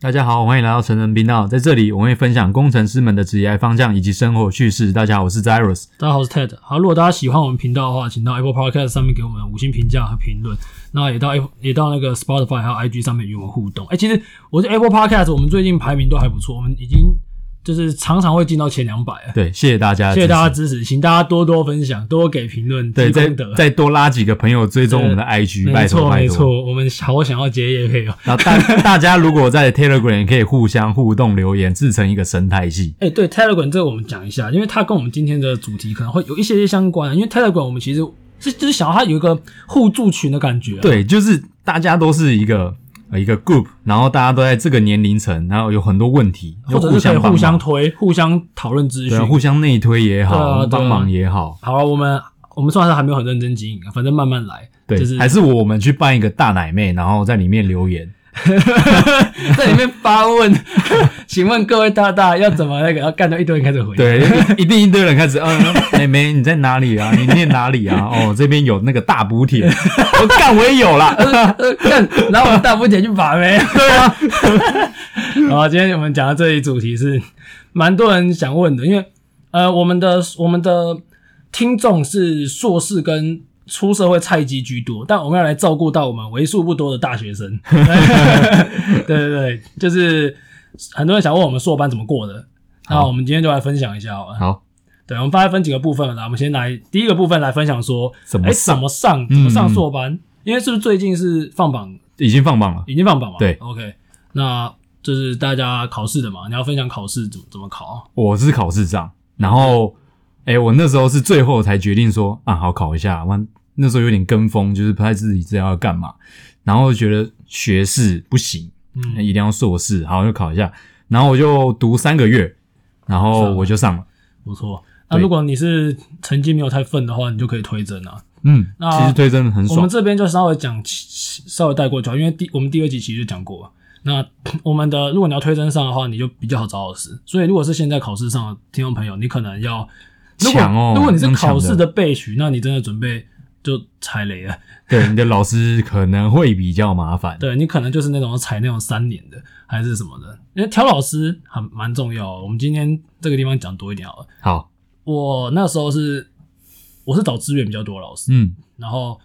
大家好，欢迎来到成人频道，在这里我们会分享工程师们的职业方向以及生活趣事。大家好，我是 Zeros。大家好，我是 Ted。好，如果大家喜欢我们频道的话，请到 Apple Podcast 上面给我们五星评价和评论。那也到 Apple，也到那个 Spotify 还有 IG 上面与我们互动。哎、其实我是 Apple Podcast，我们最近排名都还不错，我们已经就是常常会进到前两百。对，谢谢大家，谢谢大家。支持，请大家多多分享，多给评论，对，积再功德。再多拉几个朋友追踪我们的 IG，没拜错托拜没托。错，我们好想要接业配哦。然后大 大家如果在 Telegram 也可以互相互动留言，制成一个生态系。哎、对 Telegram 这个我们讲一下，因为它跟我们今天的主题可能会有一些些相关。因为 Telegram 我们其实是就是想要它有一个互助群的感觉、啊。对，就是大家都是一个呃一个 group，然后大家都在这个年龄层，然后有很多问题，或者互是可以相帮互相忙，推、互相讨论资对讯啊，。互相内推也对啊好，对啊帮忙也好，好了，我们我们算是还没有很认真经营啊，反正慢慢来。对就，是还是我们去办一个大奶妹，然后在里面留言。在里面发问， 请问各位大大要怎么那个要干掉一堆人开始回？，对，啊一 定一堆人开始，嗯，妹妹你在哪里啊？你念哪里啊？哦，这边有那个大 补帖，我干我也有啦。 呃，干，然后我们大不姐去把妹。 对啊。好，今天我们讲的这一主题是蛮多人想问的，因为呃，我们的我们的听众是硕士跟。出社会菜鸡居多，但我们要来照顾到我们为数不多的大学生。 对对对，就是很多人想问我们硕班怎么过的，那好我们今天就来分享一下好了。好，对，我们大概分几个部分来，我们先来第一个部分来分享说，怎么哎，上嗯怎么上，怎么上硕班？因为是不是最近是放榜，已经放榜了。已经放榜嘛？对，OK，那就是大家考试的嘛，你要分享考试怎么怎么考，我是考试上，然后，哎、我那时候是最后才决定说啊，好考一下。完那时候有点跟风，就是不太自己知道要干嘛，然后觉得学士不行，嗯一定要硕士，好就考一下。然后我就读三个月，然上后了我就上了。不错。那对如果你是成绩没有太分的话，你就可以推甄啊。嗯，那其实推真的很我们爽。这边就稍微讲，稍微带过就好，因为第我们第二集其实就讲过了。那我们的如果你要推甄上的话，你就比较好找老师。所以如果是现在考试上的听众朋友，你可能要如果、抢哦如果你是用抢考试的的备取，那你真的准备就踩雷了。对，你的老师可能会比较麻烦。对你可能就是那种踩那种三年的还是什么的，因为挑老师很蛮重要的。我们今天这个地方讲多一点好了。好，我那时候是我是找资源比较多的老师，嗯，然后，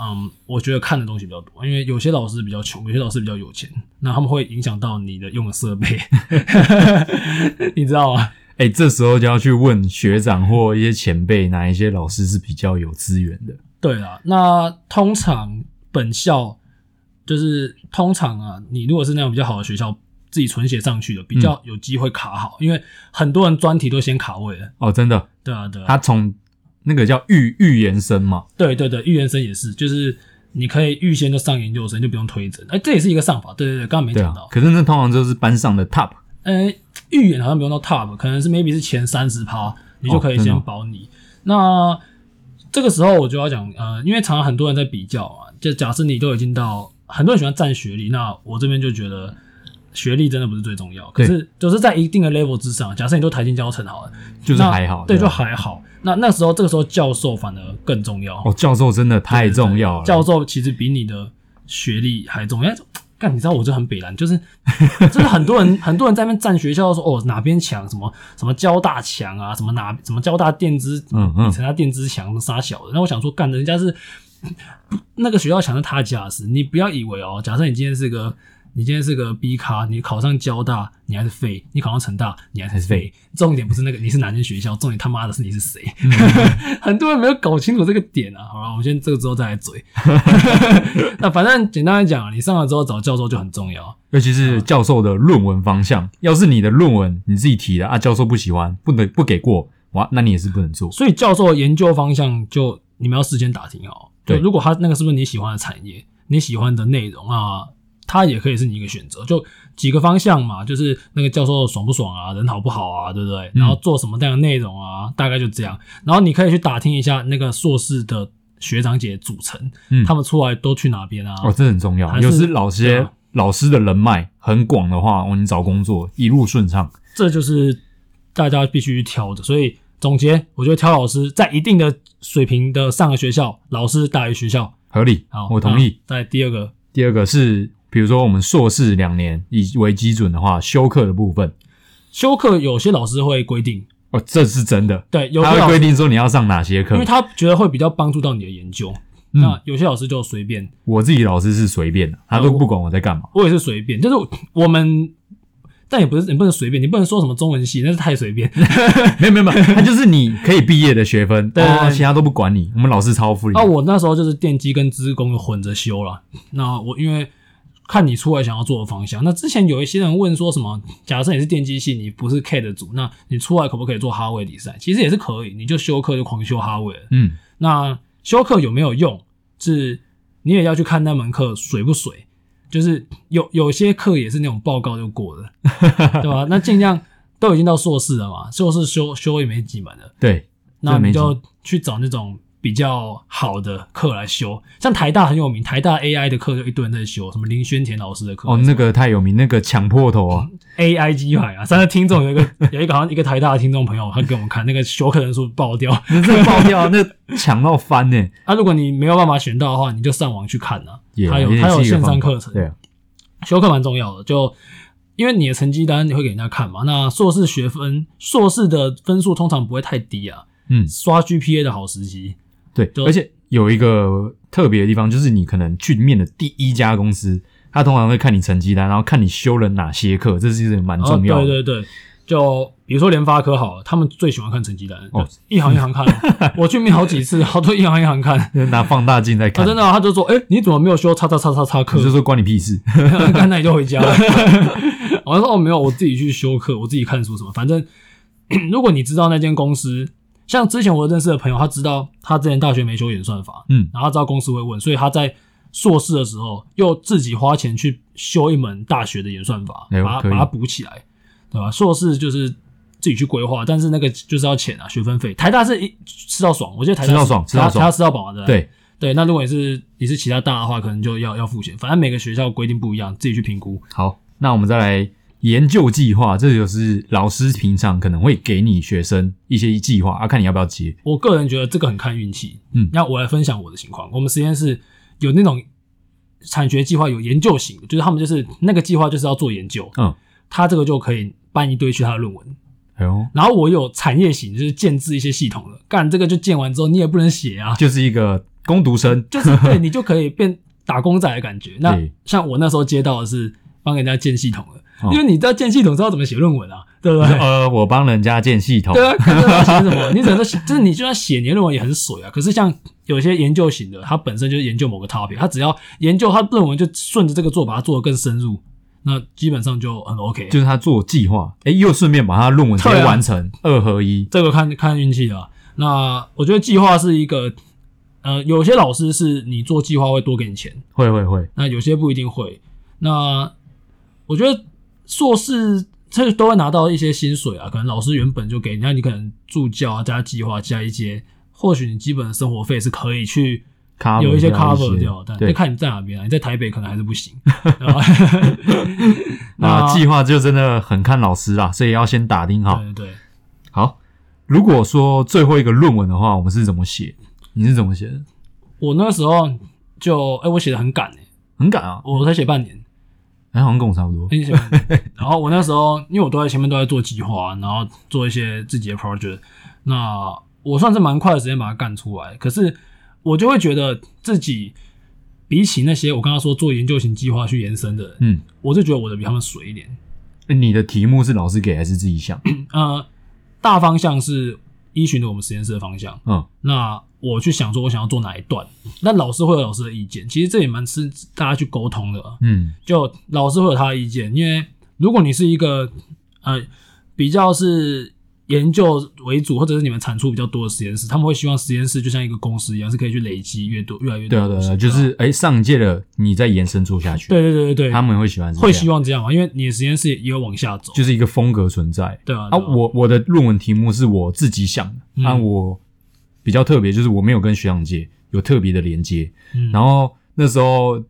嗯，我觉得看的东西比较多，因为有些老师比较穷，有些老师比较有钱，那他们会影响到你的用的设备， 你知道吗？哎、这时候就要去问学长或一些前辈，哪一些老师是比较有资源的。对啦，那通常本校就是通常啊，你如果是那种比较好的学校，自己存写上去的，比较嗯有机会卡好，因为很多人专题都先卡位了。哦，真的，对啊，对啊，他从那个叫预预言生嘛，对对对，预研生也是，就是你可以预先就上研究生，就不用推甄，哎、这也是一个上法。对对对，刚刚没对讲啊到。。可是那通常就是班上的 top，呃，预演好像不用到 top，可能是 maybe 是前三十趴，你就可以真的先哦保你。那这个时候我就要讲，呃，因为常常很多人在比较啊，就假设你都已经到，很多人喜欢占学历，那我这边就觉得学历真的不是最重要，可对是就是在一定的 level 之上，假设你都台经教程好了，就是那还好。对，就吧还好。那那时候这个时候教授反而更重要，哦，教授真的太重要了。教授其实比你的学历还重要。干，你知道我就很北蓝，就是 就是很多人很多人在那边占学校说哦哪边强什么什么交大强啊，什么哪什么交大电资，嗯嗯比成大电资强杀小的。那我想说，干人家是 那个学校强是他家的事，你不要以为哦，假设你今天是个。你今天是个 B 咖，你考上交大你还是废，你考上成大你还是废。嗯重点不是那个你是哪间学校，重点他妈的是你是谁。 很多人没有搞清楚这个点啊。好了，我们先这个之后再来嘴。 那反正简单来讲，你上了之后找教授就很重要。尤其啊是教授的论文方向，要是你的论文你自己提的啊，教授不喜欢，不能不给过，哇，那你也是不能做。所以教授的研究方向就你们要事先打听好。对就如果他那个是不是你喜欢的产业，你喜欢的内容啊，它也可以是你一个选择。就几个方向嘛，就是那个教授爽不爽啊，人好不好啊，对不对？嗯然后做什么样的内容啊，大概就这样。然后你可以去打听一下那个硕士的学长姐组成，嗯他们出来都去哪边啊？哦，这很重要。还是有时老对师啊老师的人脉很广的话，哦，你找工作一路顺畅。这就是大家必须挑的。所以总结，我觉得挑老师在一定的水平的上个学校，老师大于学校。合理好，，我同意。那再第二个，第二个是比如说我们硕士两年以为基准的话，修课的部分，修课有些老师会规定，哦，这是真的，对，有他些会老规师定说你要上哪些课因为。他觉得会比较帮助到你的研究。嗯那有些老师就随便，我自己老师是随便的，他都不管我在干嘛。我也是随便，就是我们，但也不是你不能随便，你不能说什么中文系，那是太随便。 没有没有没有，他就是你可以毕业的学分，对对哦对其他都不管你。我们老师超 free，、啊，我那时候就是电机跟资工混着修了。那我因为看你出来想要做的方向，那之前有一些人问说什么，假设你是电机系，你不是 K 的组，那你出来可不可以做哈维比赛？其实也是可以，你就修课就狂修哈维了。嗯，那修课有没有用，是你也要去看那门课水不水，就是有有些课也是那种报告就过的， 对吧、那尽量都已经到硕士了嘛，硕士修修也没几门了，对，那没你几就去找那种比较好的课来修，像台大很有名，台大 AI 的课就一堆人在修，什么林轩田老师的课，哦，那个太有名，那个抢破 头啊， AI 鸡排啊，上次听众有一个 有一个好像一个台大的听众朋友，他给我们看那个修课人数爆掉， 那真的爆掉，那 抢到翻呢、啊，如果你没有办法选到的话，你就上网去看啊，也它有也它有是一个线上方法课程，对啊，修课蛮重要的，就因为你的成绩单你会给人家看嘛。那硕士学分，硕士的分数通常不会太低啊，嗯，刷 GPA 的好时机。对，就而且有一个特别的地方，就是你可能去面的第一家公司，他通常会看你成绩单，然后看你修了哪些课，这是一个蛮重要的。哦。对对对，就比如说联发科好了，他们最喜欢看成绩单，哦一行一 行看哦。我去面好几次，好多一行一行看。啊，对，拿放大镜在看，真的、啊，他就说，哎、你怎么没有修叉叉叉叉叉课我？就说关你屁事。 干那你就回家。我就说哦，没有，我自己去修课，我自己看书什么。反正 如果你知道那间公司，像之前我认识的朋友，他知道他之前大学没修演算法，嗯，然后他知道公司会问，所以他在硕士的时候又自己花钱去修一门大学的演算法，哎呦把它可以把它补起来，对吧？硕士就是自己去规划，但是那个就是要钱啊，学分费。台大是一吃到爽，我觉得台大吃到爽是台大吃到爽台大吃到饱啊，对不对对，对，那如果你是你是其他大的话，可能就要要付钱。反正每个学校规定不一样，自己去评估。好，那我们再来研究计划，这就是老师平常可能会给你学生一些计划啊，看你要不要接。我个人觉得这个很看运气。嗯那我来分享我的情况。我们实验室有那种产学计划，有研究型的，就是他们就是那个计划就是要做研究，嗯，他这个就可以搬一堆去他的论文。哎呦，然后我有产业型，就是建制一些系统的，干这个就建完之后你也不能写啊，就是一个攻读生，就是对你就可以变打工仔的感觉。那对像我那时候接到的是帮人家建系统的，哦因为你知道建系统知道怎么写论文啊，对不对？ 呃，我帮人家建系统对，啊，看这要写什么？你只能写，就是你就算写你的论文也很水啊。可是像有些研究型的，他本身就是研究某个 topic，他只要研究他论文就顺着这个做，把它做得更深入，那基本上就很 OK。就是他做计划，哎，又顺便把他论文直接对啊完成，二合一。这个看看运气了。那我觉得计划是一个，呃，有些老师是你做计划会多给你钱，会会会，那有些不一定会。那我觉得硕士这都会拿到一些薪水啊，可能老师原本就给你，那你可能助教啊加计划加一些，或许你基本的生活费是可以去 cover 有一些掉 cover 掉，但对但，看你在哪边啊，你在台北可能还是不 行。对吧那那计划就真的很看老师啦，所以要先打听好。对对对，好，如果说最后一个论文的话，我们是怎么写？你是怎么写的？我那时候就哎、我写的很赶哎、很赶啊，我才写半年。哎，好像跟我差不多。很喜欢。 然后我那时候，因为我都在前面都在做计划，啊然后做一些自己的 project，那我算是蛮快的时间把它干出来。可是我就会觉得自己比起那些我刚刚说做研究型计划去延伸的人，嗯，哎我就觉得我的比他们水一点。你的题目是老师给还是自己想？ 呃，大方向是依循着我们实验室的方向，嗯，那我去想说我想要做哪一段，那老师会有老师的意见，其实这也蛮是大家去沟通的啊。嗯，就老师会有他的意见，因为如果你是一个呃比较是研究为主，或者是你们产出比较多的实验室，他们会希望实验室就像一个公司一样，是可以去累积越多越来越多对啊，的东对啊西。对啊，就是哎，上一届的你再延伸做下去，对对对对对，他们会喜欢是这会样，希望这样嘛，因为你的实验室也有往下走，就是一个风格存在对啊啊。对啊我我的论文题目是我自己想的，嗯啊，我比较特别，就是我没有跟学长姐有特别的连接，嗯 然后那时候。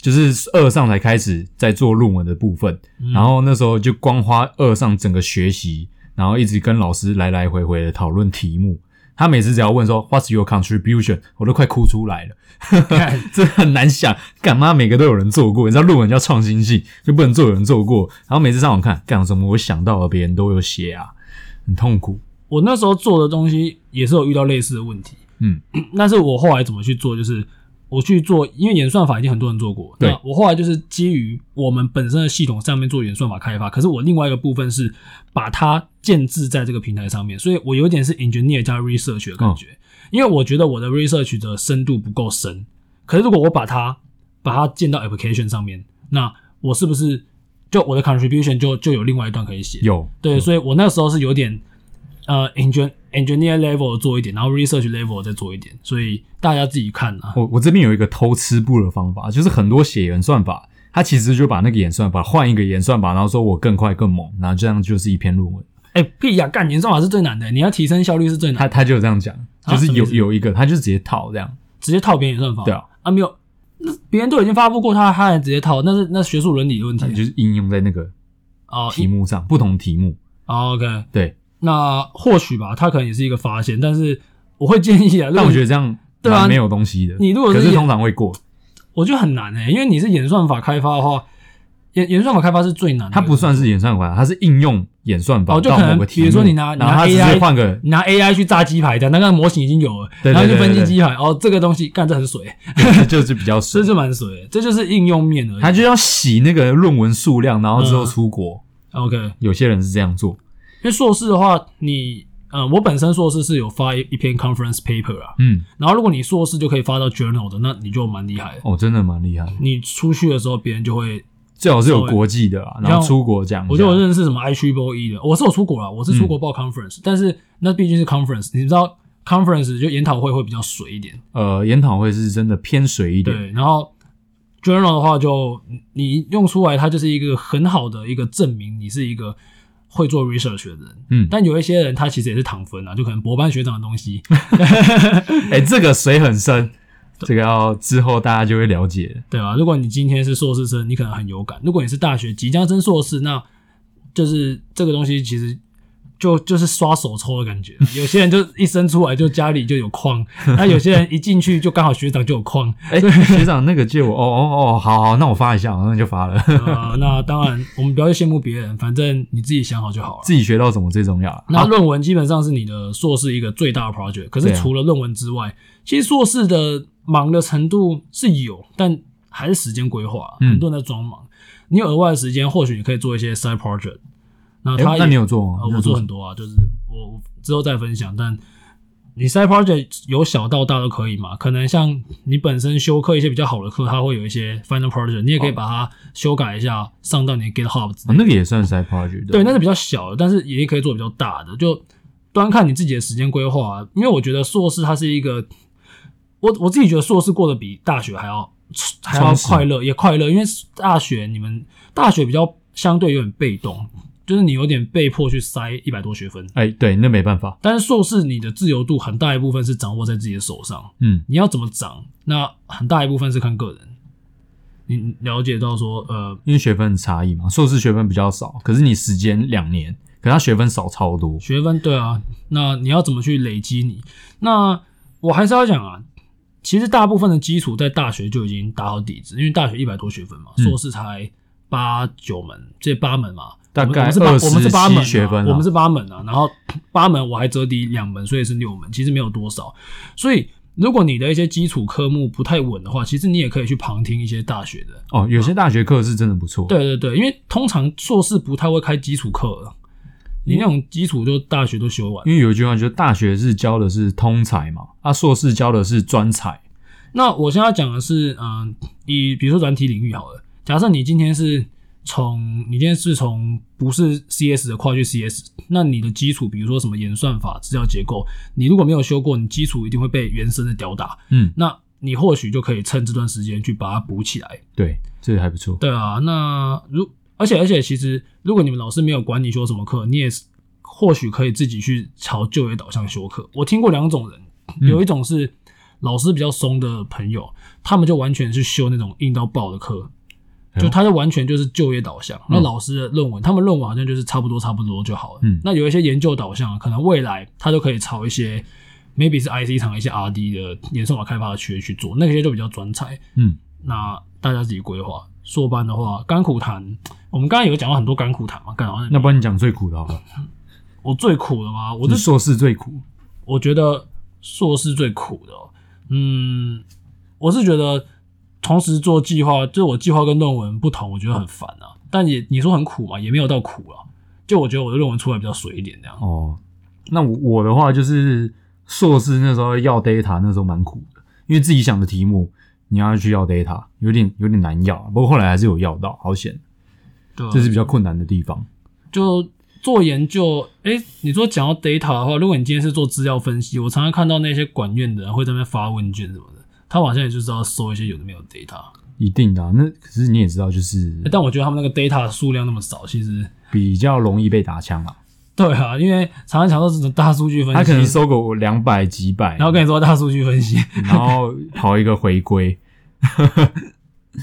就是二上才开始在做论文的部分，嗯然后那时候就光花二上整个学习，然后一直跟老师来来回回的讨论题目，他每次只要问说 What's your contribution，我都快哭出来了。 干这很难想，干嘛每个都有人做过？你知道论文叫创新性，就不能做有人做过。然后每次上网看，干什么我想到了，别人都有写啊，很痛苦。我那时候做的东西也是有遇到类似的问题，嗯， 但是我后来怎么去做，就是我去做，因为演算法已经很多人做过，对那我后来就是基于我们本身的系统上面做演算法开发，可是我另外一个部分是把它建置在这个平台上面，所以我有点是 engineer 加 research 的感觉，哦因为我觉得我的 research 的深度不够深，可是如果我把它把它建到 application 上面，那我是不是就我的 contribution 就就有另外一段可以写？有对，所以我那时候是有点呃 engineer engineer level 做一点，然后 research level 再做一点，所以大家自己看啊。我我这边有一个偷吃步的方法，就是很多写演算法，它其实就把那个演算法换一个演算法，然后说我更快更猛，然后这样就是一篇论文。哎、屁呀、干演算法是最难的，你要提升效率是最难他的，他就有这样讲，啊就是什么意有思有一个，他就直接套这样。直接套别人演算法。对啊，啊没有，那别人都已经发布过它，他还直接套，那是那是学术伦理的问题那。就是应用在那个哦、嗯题目上，不同题目。哦 OK，对，那或许吧，它可能也是一个发现，但是我会建议啊，但我觉得得这样对啊蛮没有东西的。你如果可是是通常会过，我觉得很难诶、欸因为你是演算法开发的话，演演算法开发是最难的，它不算是演算法，它是应用演算法哦就到可能某个题目。比如说你拿你拿然后它只 AI 是换 个你拿 AI 去炸鸡排的，那个模型已经有了，对对然后去对对分析对嗯鸡排，哦，这个东西干这很水，就是比较深这，就蛮水的，这就是应用面而已。它就要洗那个论文数量，然后嗯之后出国。 OK，因有些人是这样做，为硕士的话，你呃，我本身硕士是有发一一篇 conference paper 啊，嗯，然后如果你硕士就可以发到 journal 的，那你就蛮厉害的。哦，真的蛮厉害的。你出去的时候，别人就会，最好是有国际的啊，像然后出国讲一下。我就有认识什么 I t r i p l E 的，我是有出国啦，我是出嗯国报 conference，、但是那毕竟是 conference，你知道 conference 就研讨会会比较水一点，呃，研讨会是真的偏水一点，对，然后 journal 的话就，你你用出来，它就是一个很好的一个证明，你是一个会做 research 的人。嗯，但有一些人他其实也是躺分啊，就可能博班学长的东西，哎、这个水很深，这个要之后大家就会了解。对吧、如果你今天是硕士生，你可能很有感；如果你是大学即将升硕士，那就是这个东西其实。就就是刷手抽的感觉，啊有些人就一生出来就家里就有矿，那有些人一进去就刚好学长就有矿，哎、学长，那个借我，哦哦哦，好好，那我发一下，那就发了。 呃，那当然我们不要去羡慕别人，反正你自己想好就好了。自己学到什么最重要啊？那论文基本上是你的硕士一个最大的 project，可是对啊除了论文之外，其实硕士的忙的程度是有，但还是时间规划，嗯很多人在装忙。你有额外的时间，或许你可以做一些 side project。那哎、他也、那你有做吗？呃，我做很多啊，就是我我之后再分享。但你 side project 由小到大都可以嘛？可能像你本身修课一些比较好的课，它会有一些 final project，你也可以把它修改一下，上到你的 GitHub 之类的哦、那个也算 side project 吧对，那是比较小的，但是也可以做比较大的，就端看你自己的时间规划、啊。因为我觉得硕士它是一个，我我自己觉得硕士过得比大学还要还要充实快乐，也快乐，因为大学你们大学比较相对有点被动，就是你有点被迫去塞一百多学分。哎、对，那没办法，但是硕士你的自由度很大一部分是掌握在自己的手上，嗯，你要怎么涨，那很大一部分是看个人。你你了解到说，呃，因为学分的差异嘛，硕士学分比较少，可是你时间两年，可是他学分少超多。学分对啊，那你要怎么去累积你？那我还是要讲啊，其实大部分的基础在大学就已经打好底子，因为大学一百多学分嘛，嗯硕士才八九门，这八门嘛，大概我们是八我们是八门、 27学分啊我们是八门啊，然后八门我还折抵两门，所以是六门，其实没有多少。所以如果你的一些基础科目不太稳的话，其实你也可以去旁听一些大学的。哦，有些大学课是真的不错。，对对对，因为通常硕士不太会开基础课了，你那种基础就大学都修完了。因为有一句话就是大学是教的是通才嘛，啊，硕士教的是专才。那我现在讲的是，嗯、以比如说软体领域好了，假设你今天是从你今天是从不是 CS 的跨去 CS，那你的基础，比如说什么演算法、资料结构，你如果没有修过，你基础一定会被原生的吊打。嗯，那你或许就可以趁这段时间去把它补起来。对，这个还不错。对啊，那如而且而且，其实如果你们老师没有管你修什么课，你也是或许可以自己去朝就业导向修课。我听过两种人，嗯有一种是老师比较松的朋友，他们就完全是修那种硬到爆的课。哎呦就他就完全就是就业导向，那嗯老师的论文，他们论文好像就是差不多差不多就好了。嗯那有一些研究导向，可能未来他就可以朝一些 maybe 是 IC 厂一些 RD 的演算法开发的缺去做，那些就比较专才。嗯，那大家自己规划。硕班的话，甘苦谈，我们刚刚有讲到很多甘苦谈嘛，干好像那不然你嗯讲最苦的好了，我最苦的吗？我我这是硕士最苦，我觉得硕士最苦的哦、嗯，我是觉得同时做计划，就是我计划跟论文不同，我觉得很烦啊。但也你说很苦嘛，也没有到苦啊。就我觉得我的论文出来比较水一点，这样。哦，那我我的话就是硕士那时候要 data，那时候蛮苦的，因为自己想的题目你要去要 data，有点有点难要，啊不过后来还是有要到，好险，对啊，这是比较困难的地方。就做研究。诶、你说讲到 data 的话，如果你今天是做资料分析，我常常看到那些管院的人会在那边发问卷什么的，他们好像也就是要搜一些有的没有的 data、一定的啊、那可是你也知道，就是诶但我觉得他们那个 data 的数量那么少，其实比较容易被打枪啊。对啊，因为常常讲到这种大数据分析，他可能搜个我两百几百，然后跟你说大数据分析， 然后跑一个回归，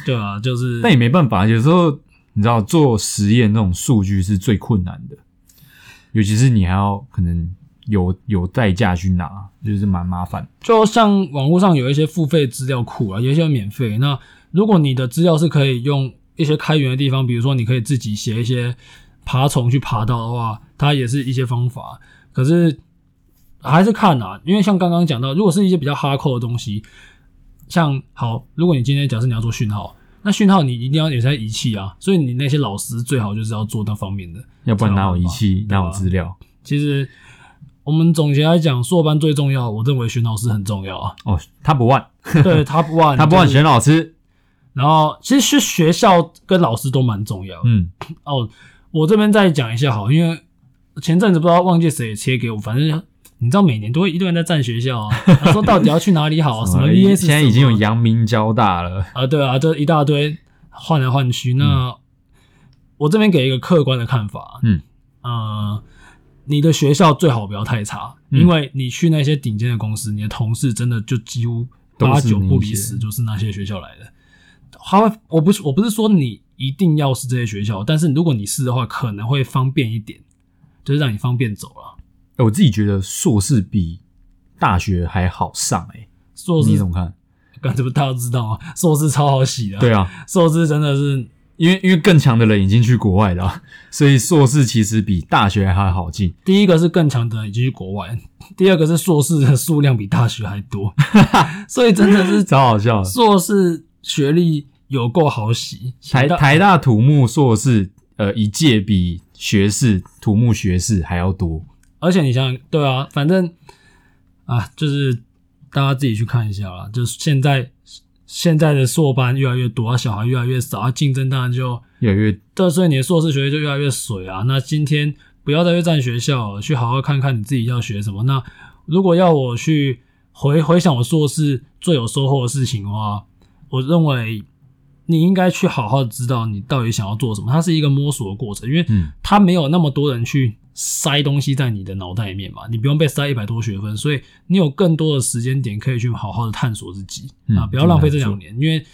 对啊，就是但也没办法，有时候你知道做实验那种数据是最困难的，尤其是你还要可能有有代价去拿，就是蛮麻烦。就像网络上有一些付费资料库啊，有一些免费。那如果你的资料是可以用一些开源的地方，比如说你可以自己写一些爬虫去爬到的话，它也是一些方法。可是还是看啊，因为像刚刚讲到，如果是一些比较哈扣的东西，像好，如果你今天假设你要做讯号，那讯号你一定要有些仪器啊，所以你那些老师最好就是要做那方面的。要不然哪有仪器，这哪样有吧资料？其实我们总结来讲，硕班最重要，我认为选老师很重要啊。哦，他不问， 对，Top One，他不问选。选老师，然后其实是学校跟老师都蛮重要的。嗯，哦，我这边再讲一下好，因为前阵子不知道忘记谁切给我，反正你知道每年都会一堆人在占学校啊，他说到底要去哪里 好，哦什么 ES，现在已经有阳明交大了，啊，对啊，这一大堆换来换去。那、我这边给一个客观的看法，嗯，呃，你的学校最好不要太差，嗯因为你去那些顶尖的公司，你的同事真的就几乎都八是九那不一离些十，就是那些学校来的。他会，我不是我不是说你一定要是这些学校，但是如果你是的话，可能会方便一点，就是让你方便走了。哎我自己觉得硕士比大学还好上、欸，硕你士怎，么看？刚这不大家都知道吗？硕士超好洗的，对，啊，硕士真的是因为因为更强的人已经去国外了啊、所以硕士其实比大学还好进。第一个是更强的人已经去国外， 第二个是硕士的数量比大学还多， 所以真的是超好笑的。硕士学历有够好洗。台大台大土木硕士，呃，一届比学士土木学士还要多。而且你想想，对啊，反正啊，就是大家自己去看一下啦。就是现在现在的硕班越来越多，啊小孩越来越少，啊，竞争当然就越来越对，所以你的硕士学位就越来越水啊。那今天不要再去占学校了，去好好看看你自己要学什么。那如果要我去回回想我硕士最有收获的事情的话，我认为你应该去好好地知道你到底想要做什么。它是一个摸索的过程，因为嗯它没有那么多人去塞东西在你的脑袋里面嘛，你不用被塞一百多学分，所以你有更多的时间点可以去好好的探索自己、嗯啊，不要浪费这两年，因为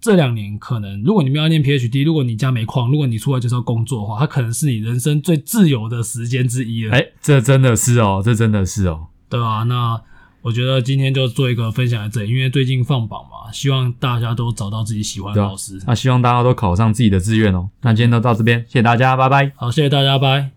这两年可能如果你们要念 PhD，如果你家没矿，如果你出来就是要工作的话，它可能是你人生最自由的时间之一了，哎、这真的是哦，这真的是哦。对吧、那我觉得今天就做一个分享在这里，因为最近放榜嘛，希望大家都找到自己喜欢的对啊老师。那希望大家都考上自己的志愿哦。那今天就到这边，谢谢大家，拜拜。好，谢谢大家，拜。